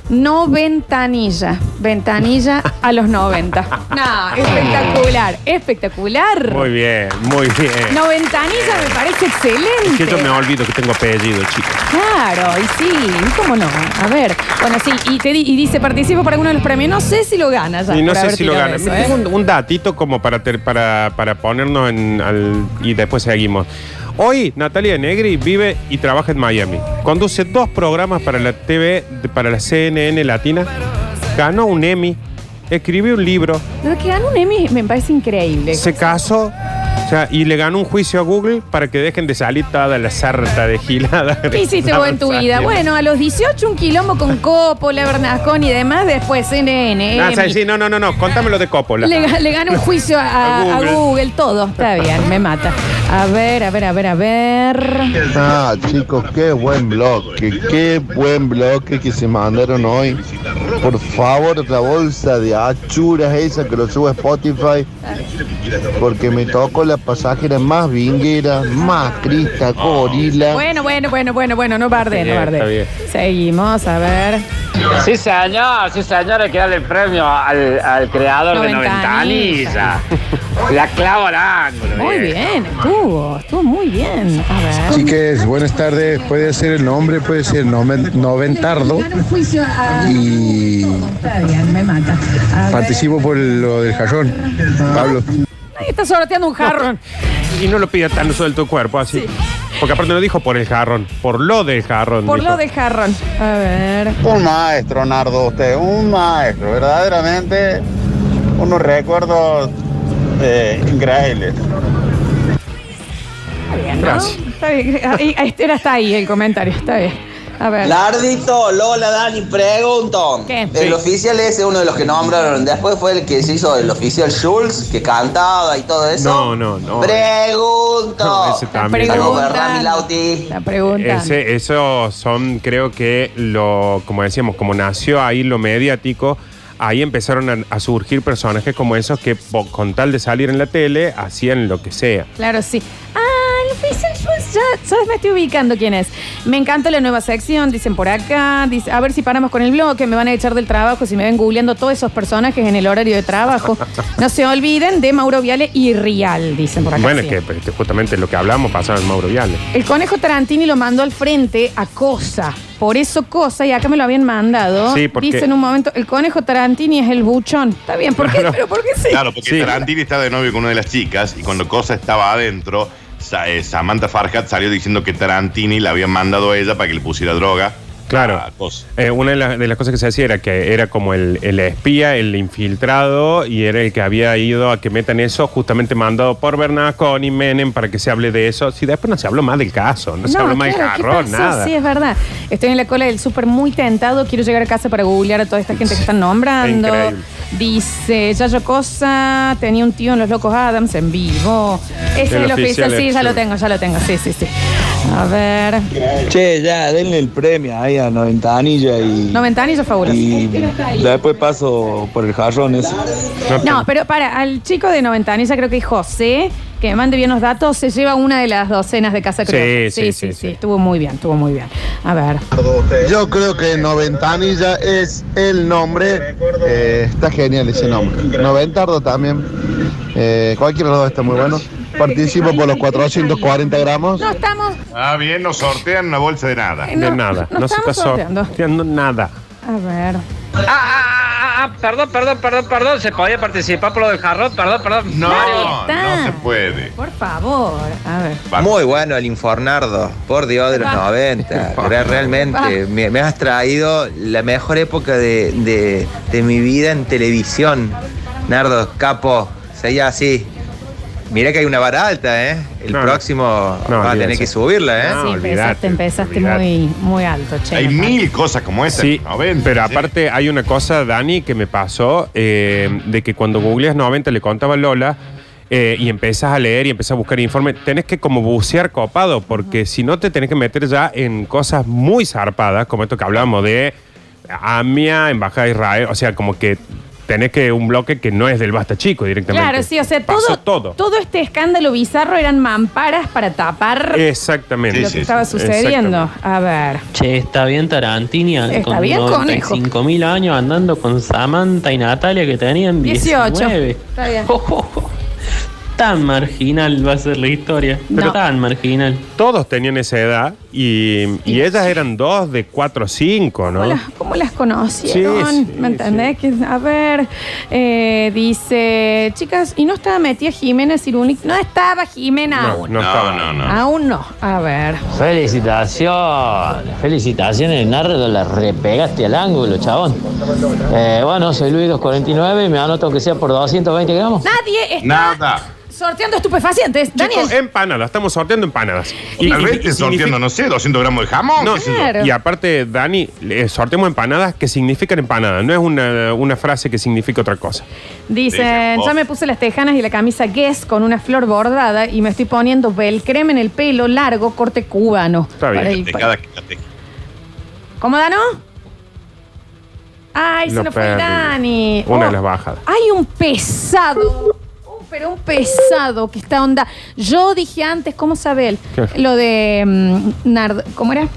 No ventanilla. Ventanilla a los 90. No, espectacular. Espectacular.
Muy bien, muy bien.
No ventanilla me parece
Es
excelente.
que yo me olvido que tengo apellido, chicos.
Claro, y sí, ¿y ¿cómo no? A ver, bueno, sí, y, te di- y dice, participo para alguno de los premios, no sé si lo gana ya.
Y no
por
sé
haber
si lo
tirado
ganan.
eso,
Me
¿eh?
tengo un, un datito como para, ter- para, para ponernos en. al- y después seguimos. Hoy Natalia Negri vive y trabaja en Miami. Conduce dos programas para la TV, de- para la CNN Latina. Ganó un Emmy. Escribió un libro.
Lo que gana un Emmy me parece increíble.
Se casó. O sea, y le ganó un juicio a Google para que dejen de salir toda la sarta de gilada.
¿Qué hiciste vos en tu vida? Bueno, a los 18 un quilombo con Coppola, Bernasconi y demás, después CNN.
Ah,
Emmy.
sí, sí, no, no, no, no. Contámelo de Coppola.
Le, ga- le gana un juicio a,
A
a Google.
Google.
todo. Está bien, me mata. A ver, a ver, a ver, a ver.
Ah, chicos, qué buen bloque, qué buen bloque que se mandaron hoy. Por favor, la bolsa de achuras esa que lo subo a Spotify, porque me tocó la pasajera más vinguera, más crista, gorila.
Bueno, bueno, bueno, bueno, bueno, no barde, no
Está bien,
barde. Seguimos, a ver.
Sí, señor, sí, señor, hay que darle el premio al, al creador de
Noventanilla.
Noventanilla. La clavo al ángulo.
Muy
viejo.
bien, estuvo, estuvo muy bien. A ver.
Chiques, buenas tardes. Eh, Puede ser el nombre, puede ser noventardo. Y participo por lo del jarrón. Pablo.
Ahí Está sorteando un jarrón.
Y no lo pida tan suelto el cuerpo así. Porque aparte no dijo por el jarrón, por lo del jarrón.
Por
dijo.
lo del jarrón. A ver.
Un maestro, Nardo, usted, un maestro, verdaderamente unos recuerdos eh, increíbles.
Está bien, ¿no? Está bien. Ahí- ahí- Era hasta ahí el comentario. Está bien. A ver.
Lardito, Lola, Dani, pregunto.
¿Qué?
El
Sí.
oficial ese es uno de los que nombraron. Después fue el que se hizo el oficial Schulz, que cantaba y todo eso.
No, no, no.
Pregunto.
No, ese también.
Saludos para
Preguntan.
Rami Lauti.
La pregunta.
Ese, esos son, creo que lo, como decíamos, como nació ahí lo mediático, ahí empezaron a, a surgir personajes como esos que po- con tal de salir en la tele hacían lo que sea.
Claro, sí. Ah, el oficial Schultz, ya, ¿sabes? Me estoy ubicando quién es. Me encanta la nueva sección, dicen por acá. Dice, a ver si paramos con el blog, que me van a echar del trabajo si me ven googleando todos esos personajes en el horario de trabajo. No se olviden de Mauro Viale y Rial, dicen por acá.
bueno,
sí.
es que este, justamente lo que hablamos pasaba en Mauro Viale.
El conejo Tarantini lo mandó al frente a Cosa. Por eso Cosa, y acá me lo habían mandado.
Sí, porque-
Dice en un momento, el conejo Tarantini es el buchón. Está bien, ¿por qué? Pero ¿por qué sí?
Claro, porque Tarantini estaba de novio con una de las chicas y cuando Cosa estaba adentro, Sa- eh, Samantha Farhat salió diciendo que Tarantini la había mandado a ella para que le pusiera droga.
Claro.
a Cosa.
Eh, una de, las- de las cosas que se hacía era que era como el, el espía, el infiltrado, y era el que había ido a que metan eso, justamente mandado por Bernasconi y Menem para que se hable de eso. Si después no se habló más del caso, no, se habló más
claro, ¿qué
del jarrón,
pasó?
nada.
Sí, es verdad. Estoy en la cola del súper muy tentado. Quiero llegar a casa para googlear a toda esta gente que están nombrando.
Increíble.
Dice Yayo Cosa, tenía un tío en Los Locos Adams en vivo. Ese
El
es lo que dice,
oficial
sí, ya
Edson.
lo tengo, ya lo tengo, sí, sí, sí. A ver.
Che, ya, denle el premio ahí a Noventanilla y.
No, ventanillo fabuloso.
y después paso por el jarrón ese.
No, pero para, al chico de 90 años, ya creo que es José, que me mande bien los datos, se lleva una de las docenas de casa, creo.
Sí, sí, sí, sí.
Estuvo muy bien, estuvo muy bien. A ver.
Yo creo que Noventanilla es el nombre. Eh, está genial ese nombre. Noventardo también. Eh, cualquiera de los dos está muy bueno. Participo por los 440 gramos.
No estamos,
Ah, bien, nos sortean una bolsa de nada.
Eh, no, De nada, no no se estamos está sorteando.
nada.
a ver.
Ah, perdón, perdón, perdón, perdón. Se podía participar por lo del jarrón, perdón, perdón.
No,
Mario.
Está.
puede.
Por favor, a ver.
Muy bueno el Infornardo, por Dios de los
Va.
90. Re- Realmente, me, me has traído la mejor época de, de- de mi vida en televisión. Nardo, capo, seguía así. Mira que hay una vara alta, ¿eh? El próximo va a tener
olvídense.
que subirla,
Ah,
¿eh?
sí, empezaste, empezaste
olvidate.
muy, muy alto, che.
Hay
me parece.
mil cosas como esa.
Sí,
¿no?
pero aparte hay una cosa, Dani, que me pasó, eh, de que cuando googleas 90, le contaba Lola, eh, y empezas a leer y empezás a buscar informes, tenés que como bucear copado, porque si no te tenés que meter ya en cosas muy zarpadas, como esto que hablamos de AMIA, Embajada de Israel, o sea, como que tenés que un bloque que no es del basta chico directamente.
Claro, sí, o sea, todo,
Pasó
todo.
todo.
este escándalo bizarro eran mamparas para tapar
Exactamente.
lo que estaba sucediendo. A ver.
Che, está bien Tarantini eh,
Está
con
bien, conejo.
95 mil años andando con Samantha y Natalia que tenían
18.
19.
Está bien.
Tan marginal va a ser la historia.
Pero-
tan marginal.
Todos tenían esa edad y, y ellas eran dos de cuatro o cinco, ¿no?
¿Cómo las, cómo las conocieron?
Sí,
¿Me entendés? Que- a ver, eh, dice, chicas, ¿y no estaba metida Jimena Cirunic? No estaba Jimena aún.
no estaba.
Aún no. A ver.
Felicitaciones, felicitaciones, Nardo, la repegaste al ángulo, chabón. Eh, bueno, soy Luis 249, me anoto que sea por 220 gramos.
Nadie está
Nada.
sorteando estupefacientes. Daniel.
Chicos, empanadas, estamos sorteando empanadas.
Y, Tal vez te sorteando, no sé, 200 gramos de jamón.
No,
qué sé yo.
Claro.
Y aparte, Dani, le sorteamos empanadas que significan empanadas. No es una, una frase que significa otra cosa.
Dicen, ya me puse las tejanas y la camisa Guess con una flor bordada y me estoy poniendo velcreme en el pelo largo, corte cubano.
Está
Para
bien.
el- ¿Cómo, Dano? Ay, se
Lo
nos fue
perdí.
Dani.
Una
Oh.
de las bajas.
Hay un pesado. Uh, Pero un pesado que está onda. Yo dije antes, ¿cómo sabe él?
¿Qué?
Lo de. mm, Nard- ¿Cómo era?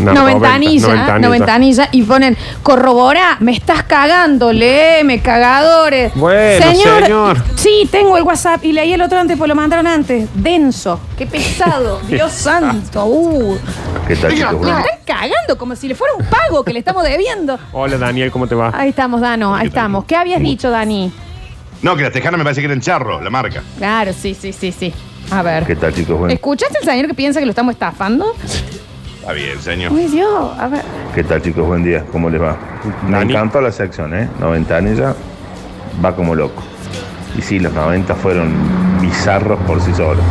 No,
noventanilla,
noventa,
noventanilla,
noventa.
Y ponen, corrobora, me estás cagándole, me cagadores.
Bueno, señor.
Sí, tengo el WhatsApp y leí el otro antes, pues lo mandaron antes. Denso, qué pesado, Dios santo. Uh.
¿Qué tal,
Dios,
chicos?
me están cagando como si le fuera un pago que le estamos debiendo.
Hola, Daniel, ¿cómo te va?
Ahí estamos, Dano, ahí estamos. ¿Qué habías dicho, Dani?
No, que las tejanas me parece que eran charro, la marca.
Claro, sí, sí, sí, sí. A ver.
¿Qué tal, chicos? Buen-
¿Escuchaste el señor que piensa que lo estamos estafando?
Está bien, señor.
Uy, Dios. A ver.
¿Qué tal, chicos? Buen día. ¿Cómo les va? Me encantó la sección, ¿eh? 90 años ya va como loco. Y sí, los 90 fueron bizarros por sí solos.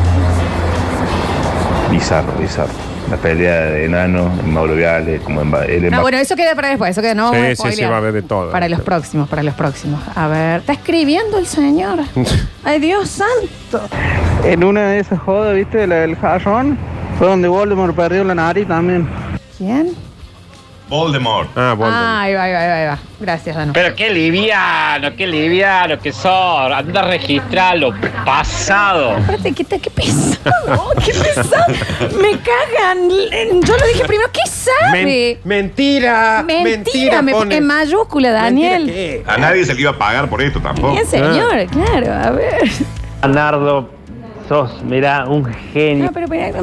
Bizarro, bizarro. La pelea de Enano, en Mauro Viale, como en... Ba- él
No,
en Ba-
Ah, bueno, eso queda para después. Eso queda, no
Sí,
vamos a
sí, sí,
spoilear.
va a haber de todo.
Para los próximos, para los próximos. A ver. Está escribiendo el señor. Ay, Dios santo.
En una de esas jodas, viste, la del jarrón, fue donde Voldemort perdió la nariz también.
¿Quién?
Voldemort.
Ah,
Ah, ahí va, ahí va, ahí va, ahí va. Gracias, Danu.
Eh.
Pero qué liviano, qué liviano que sos. Anda a registrar lo pasado.
Espérate, ¿qué, te- qué pesado, qué pesado. Me cagan. Yo lo dije primero, ¿qué sabe? Mentira,
mentira. mentira
me
pone.
en mayúscula, Daniel.
A nadie se le iba a pagar por esto tampoco.
Oh,
Bien, señor, claro, a ver.
Nardo, sos, mirá, un genio.
No, pero espera,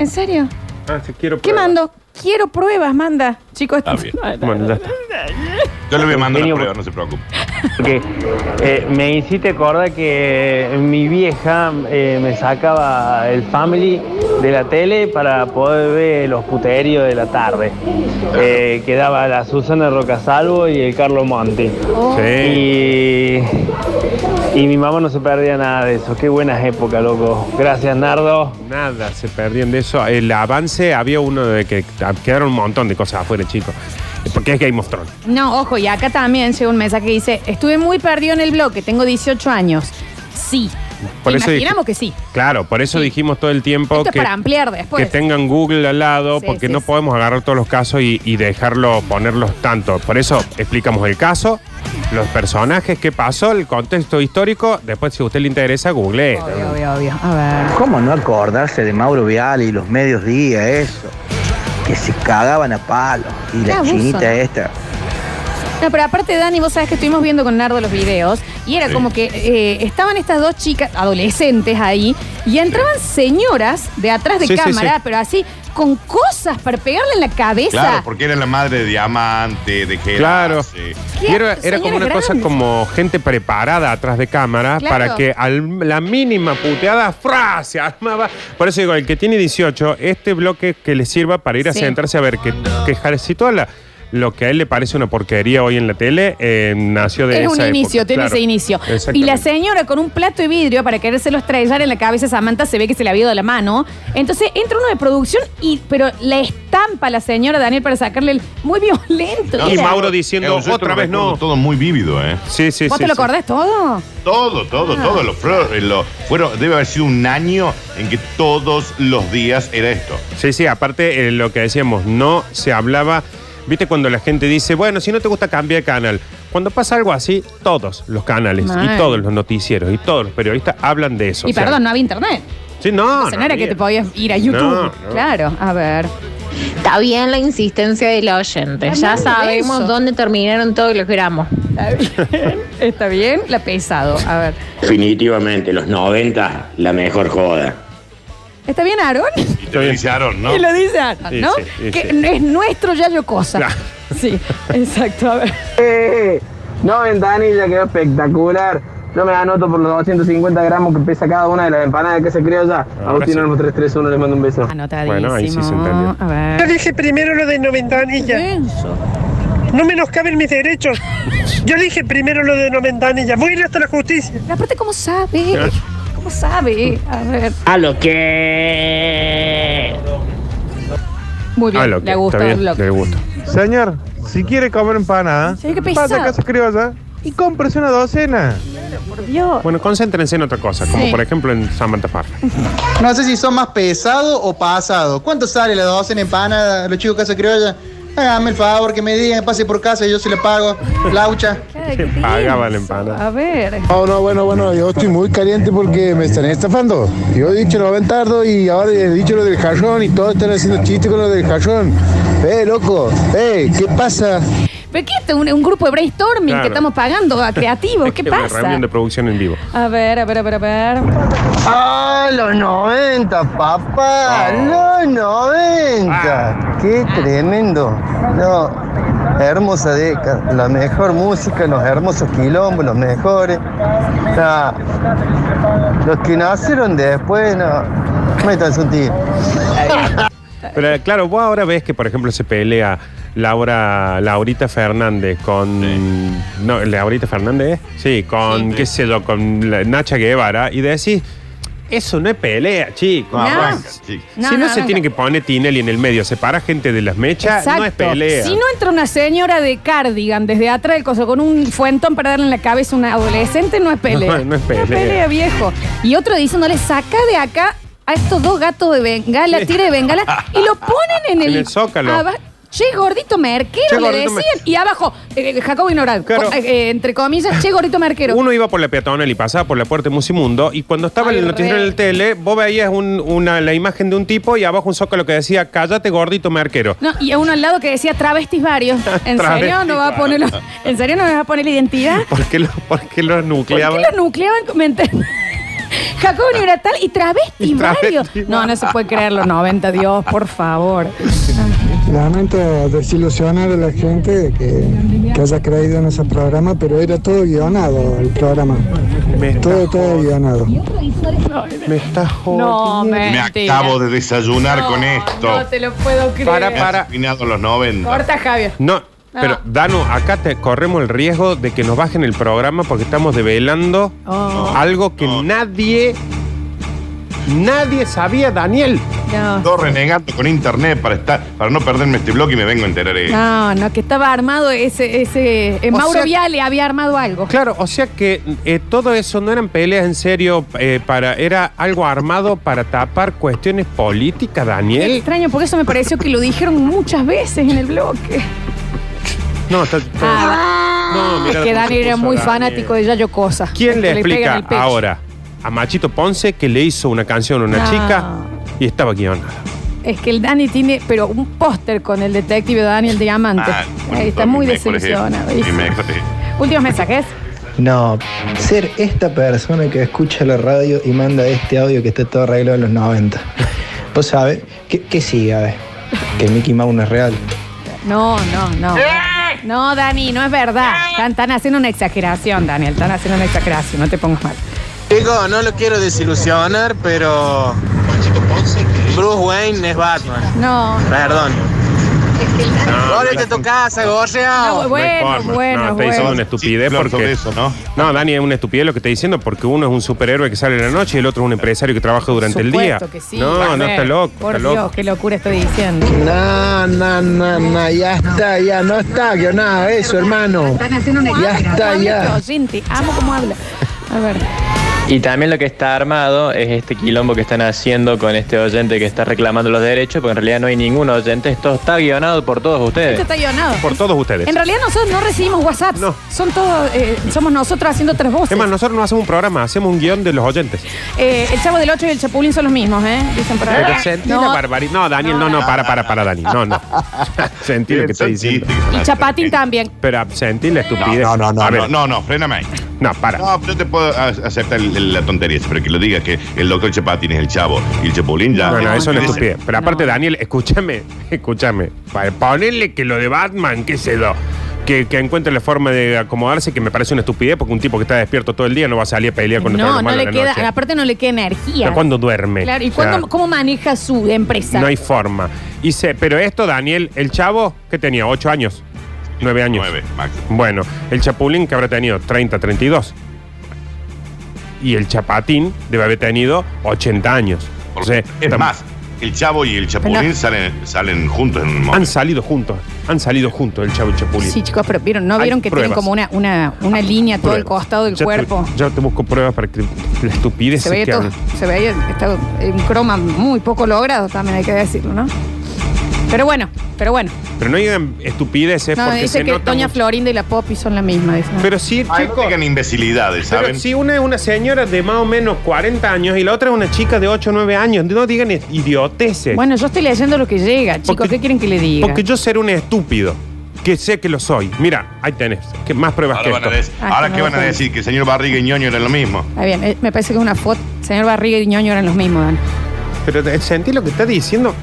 ¿en serio?
Ah, sí, quiero
¿Qué
pruebas.
mando? Quiero pruebas, manda. Chicos,
Está bien.
Bueno, ya está.
Yo le voy a mandar la
Genio.
prueba, no se preocupe.
Porque eh, me hiciste acordar que mi vieja eh, me sacaba el family de la tele para poder ver los puterios de la tarde. Eh, quedaba la Susana Rocasalvo y el Carlo Monti.
Oh.
Y, y mi mamá no se perdía nada de eso. Qué buenas épocas, loco. Gracias, Nardo.
Nada, se perdían de eso. El avance había uno de que ah, quedaron un montón de cosas afuera, chicos. Porque es Game of Thrones.
No, ojo, y acá también llega un mensaje que dice, estuve muy perdido en el bloque, tengo 18 años. Sí.
Por eso
Imaginamos
dije-
que sí.
Claro, por eso dijimos todo el tiempo
Esto
que,
es para ampliar
que
después.
tengan Google al lado,
Sí,
porque
sí,
no
sí.
podemos agarrar todos los casos y, y dejarlo, ponerlos tanto. Por eso explicamos el caso, los personajes, qué pasó, el contexto histórico. Después, si a usted le interesa, google.
Obvio, obvio. A ver.
¿Cómo no acordarse de Mauro Vial y los medios días, eso? Que se cagaban a palo. Y
Qué
la
abuso, ¿no?
chinita esta.
No, pero aparte, Dani, vos sabés que estuvimos viendo con Nardo los videos y era
Sí.
como que eh, estaban estas dos chicas, adolescentes ahí, y entraban señoras de atrás de
Sí, sí,
cámara,
sí.
pero así, con cosas para pegarle en la cabeza.
Claro, porque era la madre de Diamante, de Gera.
Claro.
¿Qué?
Y era, era
Señora
como una cosa
grande.
como gente preparada atrás de cámara
Claro.
para que al- la mínima puteada ¡fra! se armaba. Por eso digo, el que tiene 18, este bloque que le sirva para ir a
Sí.
sentarse a ver que, que si toda la- lo que a él le parece una porquería hoy en la tele eh, nació de
Era
esa
un
época,
inicio, tiene
claro.
ese inicio.
Exactamente.
Y la señora con un plato de vidrio para querérselo estrellar en la cabeza a Samantha se ve que se le había ido la mano. Entonces entra uno de producción y pero la estampa a la señora Daniel para sacarle el muy violento.
No,
Era.
diciendo,
yo te lo
"Otra vez
recuerdo
no".
Todo muy vívido, ¿eh?
Sí, sí,
¿Vos te lo acordás todo?
Todo, todo,
Ah.
todo. Lo, pro- lo- bueno, debe haber sido un año en que todos los días era esto.
Sí, sí, aparte eh, lo que decíamos, no se hablaba. ¿Viste cuando la gente dice, bueno, si no te gusta, cambia de canal? Cuando pasa algo así, todos los canales
Mal.
y todos los noticieros y todos los periodistas hablan de eso.
Y
O sea,
perdón, no había internet.
Sí, no.
O sea, no era que
había.
te podías ir a YouTube.
No, no.
Claro, a ver.
Está bien la insistencia del oyente. Ya
Hablando de eso.
sabemos dónde terminaron todos los gramos.
Está bien, la pesado. A ver.
Definitivamente, los 90, la mejor joda.
¿Está bien, Aaron?
Y te lo dice Aaron, ¿no?
Y lo dice Aaron,
Sí,
¿no?
sí, sí,
que
sí.
es nuestro Yayo Cosa. Sí, exacto. A ver.
Eh, eh, no, ventanilla quedó espectacular. Yo me anoto por los 250 gramos que pesa cada una de las empanadas que se creó allá. Agustín
sí.
Olmos 331, les mando un beso.
Anotadísimo.
Bueno, ahí sí se entendió.
A ver.
Yo dije primero lo de 90 anillas. No menoscaben mis derechos. Yo dije primero lo de 90 anillas. Voy a ir hasta la justicia.
Aparte, ¿cómo sabe? ¿Cómo sabe? A ver.
A lo que.
Muy bien,
Ah,
A lo que,
le gusta
está bien,
el blog.
le
gusta.
Señor, si quiere comer empanada,
Sí, qué
pasa
pesado.
a Casa Criolla y cómprese una docena.
Por Dios.
Bueno, concéntrense en otra cosa, como
Sí.
por ejemplo en Samantha Farca.
No sé si son más pesado o pasado. ¿Cuánto sale la docena empanada, los chicos que se criolla?
Ah,
Hágame el favor que me digan, pase por casa y yo se le pago. Laucha.
Pagaba la empanada.
A ver.
No, no, bueno, bueno, yo estoy muy caliente porque me están estafando. Yo he dicho lo ventardo y ahora he dicho lo del jarrón y todos están haciendo chistes con lo del jarrón. Eh, loco, eh, ¿qué pasa?
¿Pero qué este es esto? Un, un grupo de brainstorming
Claro.
que estamos pagando a creativos. ¿Qué
Una
pasa?
reunión de producción en vivo.
A ver, a ver, a ver, a ver.
¡Ah, los 90,
Ah.
papá! ¡Los 90! ¡Qué tremendo! No,
Hermosa década, la mejor música, los hermosos quilombos, los mejores. Nah, los que nacieron después, no, métanse un tiro.
Pero eh, claro, vos ahora ves que, por ejemplo, se pelea Laura, Laurita Fernández con. No, Laurita Fernández, ¿eh? sí, con, qué sé yo, con la- Nacha Guevara, y decís, eso no es pelea, chicos.
No.
Arranca, chicos.
No,
si no,
no,
se
no.
tiene que poner Tinelli en el medio, separar gente de las mechas, no es pelea.
Si no entra una señora de cardigan desde atrás del coso con un fuentón para darle en la cabeza a una adolescente, no es pelea.
No, no es pelea.
pelea, viejo. Y otro diciéndole, saca de acá a estos dos gatos de bengala,
Sí.
tira de bengala, y lo ponen en el...
En el zócalo.
aba- Che, gordito merquero,
Che,
le
gordito
decían. Y abajo, eh, Jacobo Ignoral,
Claro.
co- eh, entre comillas, che, gordito merquero.
Uno iba por la peatonal y pasaba por la puerta de Musimundo y cuando estaba
Ay,
el noticiero
re.
en el tele, vos veías un- una, la imagen de un tipo y abajo un zócalo que decía, cállate gordito merquero.
No, y uno al lado que decía travestis varios. ¿En serio
Travestis
no va a poner los- ¿En serio no me va a poner la identidad?
¿Por qué lo, por qué lo
¿Por qué
nucleaban?
los nucleaban? ¿Me entiendes? Jacobo Neuratal y travesti,
Y travesti,
Mario. No, no se puede creer los 90, Dios, por favor.
Lamento desilusionar a la gente que, que haya creído en ese programa, pero era todo guionado el programa. Todo, todo guionado.
Me estás
No,
Me
mentira.
acabo de desayunar
No,
con esto.
No te lo puedo creer.
Para,
Me has
para.
afinado los 90.
Corta, Javier.
No,
No.
pero Danu, acá te corremos el riesgo de que nos bajen el programa porque estamos develando
Oh.
algo que nadie, nadie sabía, Daniel.
Estoy renegando con internet para estar, para no perderme este blog y me vengo a enterar. eh.
No, no, que estaba armado ese. ese eh,
O
Mauro
sea-
Viale había armado algo.
Claro, o sea que eh, todo eso no eran peleas en serio, eh, para, era algo armado para tapar cuestiones políticas,
Qué
Daniel.
Extraño, porque eso me pareció que lo dijeron muchas veces en el bloque.
No, está-
Ah,
No, mira
que
cómo
Dani
se
era
puso
muy
Daniel.
fanático de Yayo Cosa.
¿Quién le
Que pegan
explica
el pecho.
ahora a Machito Ponce que le hizo una canción a una
No.
chica y estaba guionada?
Es que el Dani tiene, pero un póster con el detective Daniel Diamante.
Ah,
Ahí está muy
eh.
desilusionado.
Mi
¿viste?
mejor ejemplo.
Últimos mensajes.
No, ser esta persona que escucha la radio y manda este audio que está todo arreglado en los 90. Vos sabés, ¿qué, qué sigue? A ver, que Mickey Mouse no es real.
No, no, no. No, Dani, no es verdad. Están, están haciendo una exageración, Daniel. Están haciendo una exageración. No te pongas mal.
Digo, no lo quiero desilusionar, pero Bruce Wayne es Batman.
No.
Perdón.
Dani-
Vuelve a tu casa, Gorrea.
No, bueno,
forma.
bueno,
no, está
bueno.
diciendo una estupidez porque. ¿no? Dani, es una estupidez lo que está diciendo porque uno es un superhéroe que sale en la noche y el otro es un empresario que trabaja durante el día.
Supuesto que sí,
no, no
Javier.
está loco.
Por
está
Dios,
loco.
qué locura estoy diciendo.
No, no, no, no, ya está, ya no está guionado eso, hermano. Ya está, ya.
Oyente, amo cómo habla. A ver.
Y también lo que está armado es este quilombo que están haciendo con este oyente que está reclamando los derechos, porque en realidad no hay ningún oyente. Esto está guionado por todos ustedes.
Esto está guionado.
Por todos ustedes.
En realidad nosotros no recibimos WhatsApp. Son todos, eh, somos nosotros haciendo otras voces.
Es más, nosotros no hacemos un programa, hacemos un guión de los oyentes.
Eh, el Chavo del 8 y el Chapulín son los mismos, ¿eh? Dicen por
Pero
ahí.
sentí la
No,
barbaridad. No, Daniel, no, no, para, para, para, Dani. No, no. sentí lo que está diciendo.
y Chapatín también.
Pero sentí la estupidez.
No, no, no,
A ver.
no, no, no, fréname ahí.
No, para.
No, yo te puedo a- aceptar el- el- la tontería, pero que lo digas que el doctor Chapatín es el chavo y el Chapulín
Ah.
ya.
No, no, eso no es
Ese-
estupidez. Pero aparte, Daniel, escúchame, escúchame. Pa- Ponele que lo de Batman, qué sé yo. Que, que encuentre la forma de acomodarse, que me parece una estupidez, porque un tipo que está despierto todo el día no va a salir a pelear con
No,
otro
no
malo en
le
la
queda,
noche.
aparte no le queda energía.
Pero cuando duerme.
Claro, ¿y
O sea,
cuándo- cómo maneja su empresa?
No hay forma. Y se- pero esto, Daniel, el chavo, que tenía? ¿8 años? ¿9 años? 9, Bueno, el chapulín que habrá tenido 30, 32. Y el chapatín debe haber tenido 80 años. O sea,
Es
tam-
más, el chavo y el Chapulín
Pero-
salen, salen juntos en un momento.
han salido juntos. Han salido juntos el chavo y el chapulín.
Sí, chicos, pero vieron, ¿no
Hay
vieron que tienen
pruebas.
como una, una, una línea todo el
Pruebas.
costado del
Yo te-
cuerpo?
yo te busco pruebas para que la estupidez
Se veía
que
todo,
hablan.
se veía, está en croma muy poco logrado también, hay que decirlo, ¿no? Pero bueno, pero bueno.
Pero no digan estupideces
No,
porque
dice
se
que
nota
Doña
mucho.
Florinda y la Poppy son la misma. dice.
Pero sí,
Ay, no
Ah, chicos.
digan imbecilidades,
Pero
¿saben?
si una es una señora de más o menos 40 años y la otra es una chica de 8 o 9 años, no digan es- idioteces.
Bueno, yo estoy leyendo lo que llega, chicos. ¿Qué quieren que le diga?
Porque yo ser un estúpido, que sé que lo soy. Mira, ahí tenés. Que más pruebas
Ahora,
que
van a
esto.
decir-
Ah,
ahora
que
¿qué
no
van a
votan.
decir? Que el señor Barriga y Ñoño eran lo mismo.
Está bien, eh, me parece que es una foto. Señor Barriga y Ñoño eran los mismos, Dan.
Pero te- sentí lo que está diciendo.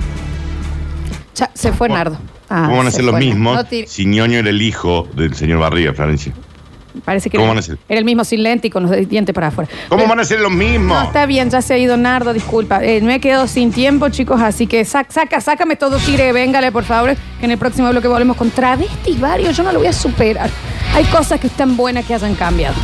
Cha- se fue Nardo. Ah,
¿Cómo van a
se
ser los
fueron.
mismos
No tire-
si ñoño era el hijo del señor Barriga, Florencia?
Parece que
¿Cómo
era,
van a ser?
era el mismo sin lente y con los dientes para afuera. Eh,
¿Cómo van a ser los
No,
mismos?
está bien, ya se ha ido Nardo, disculpa. Eh, me he quedado sin tiempo, chicos, así que sac- saca, sácame todo, tire, véngale, por favor, que en el próximo bloque volvemos con travestis varios, yo no lo voy a superar. Hay cosas que están buenas que hayan cambiado.